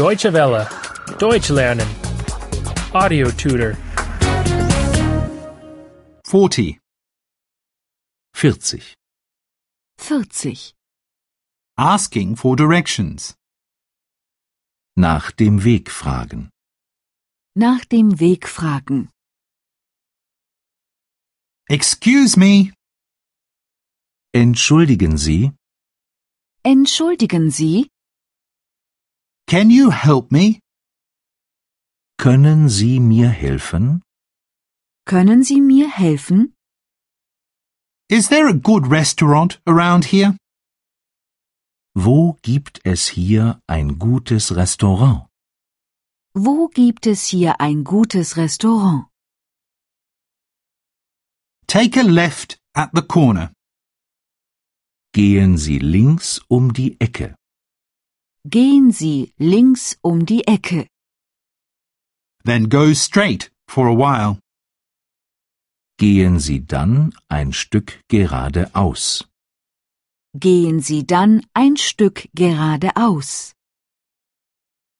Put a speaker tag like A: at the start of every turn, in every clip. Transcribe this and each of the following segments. A: Deutsche Welle. Deutsch lernen. Audio tutor.
B: 40. 40.
C: 40.
B: Asking for directions. Nach dem Weg fragen.
C: Nach dem Weg fragen.
B: Excuse me. Entschuldigen Sie,
C: Entschuldigen Sie,
B: can you help me? Können Sie mir helfen?
C: können Sie mir helfen?
B: Is there a good restaurant around here? Wo gibt es hier ein gutes Restaurant?
C: Wo gibt es hier ein gutes Restaurant?
B: Take a left at the corner. Gehen Sie links um die Ecke.
C: Gehen Sie links um die Ecke.
B: Then go straight for a while. Gehen Sie dann ein Stück geradeaus.
C: Gehen Sie dann ein Stück geradeaus.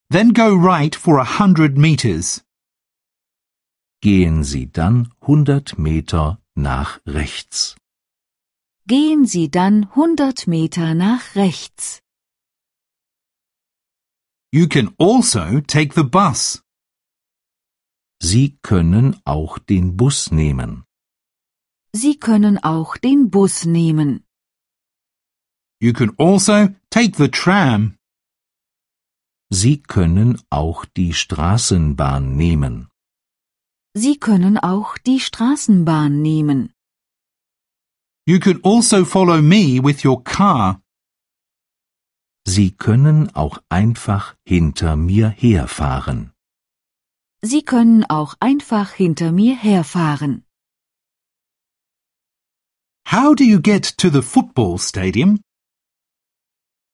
B: Then go right for a hundred meters. Gehen Sie dann 100 Meter nach rechts.
C: Gehen Sie dann 100 Meter nach rechts.
B: You can also take the bus. Sie können auch den Bus nehmen.
C: Sie können auch den Bus nehmen.
B: You can also take the tram. Sie können auch die Straßenbahn nehmen.
C: Sie können auch die Straßenbahn nehmen.
B: You can also follow me with your car. Sie können auch einfach hinter mir herfahren.
C: Sie können auch einfach hinter mir herfahren.
B: How do you get to the football stadium?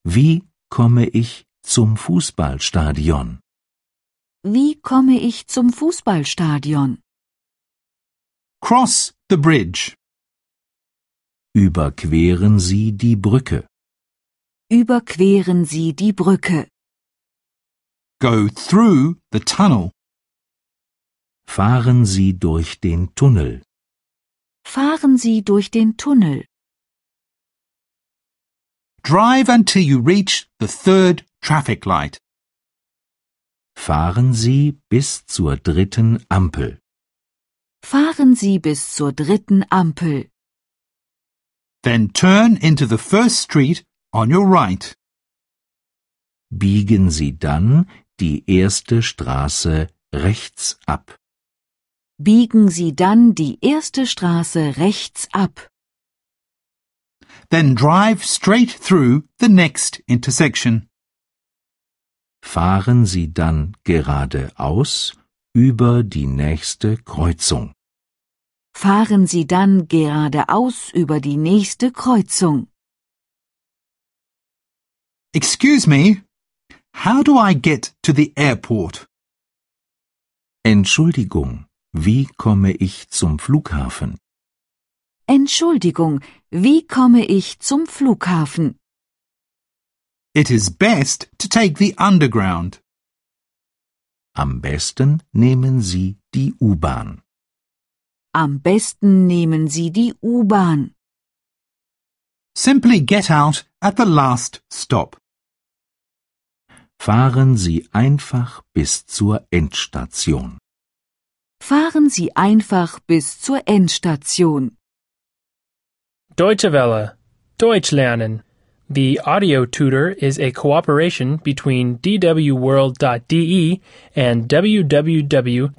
B: Wie komme ich zum Fußballstadion?
C: Wie komme ich zum Fußballstadion?
B: Cross the bridge. Überqueren Sie die Brücke.
C: Überqueren Sie die Brücke.
B: Go through the tunnel. Fahren Sie durch den Tunnel.
C: Fahren Sie durch den Tunnel.
B: Drive until you reach the third traffic light. Fahren Sie bis zur dritten Ampel.
C: Fahren Sie bis zur dritten Ampel.
B: Then turn into the first street on your right. Biegen Sie dann die erste Straße rechts ab.
C: Biegen Sie dann die erste Straße rechts ab.
B: Then drive straight through the next intersection. Fahren Sie dann geradeaus über die nächste Kreuzung.
C: Fahren Sie dann geradeaus über die nächste Kreuzung.
B: Excuse me, how do I get to the airport? Entschuldigung, wie komme ich zum Flughafen?
C: Entschuldigung, wie komme ich zum Flughafen?
B: It is best to take the underground. Am besten nehmen Sie die U-Bahn.
C: Am besten nehmen Sie die U-Bahn.
B: Simply get out at the last stop. Fahren Sie einfach bis zur Endstation.
C: Fahren Sie einfach bis zur Endstation.
A: Deutsche Welle. Deutsch lernen. The audio tutor is a cooperation between E dwworld.de and www.book2.de.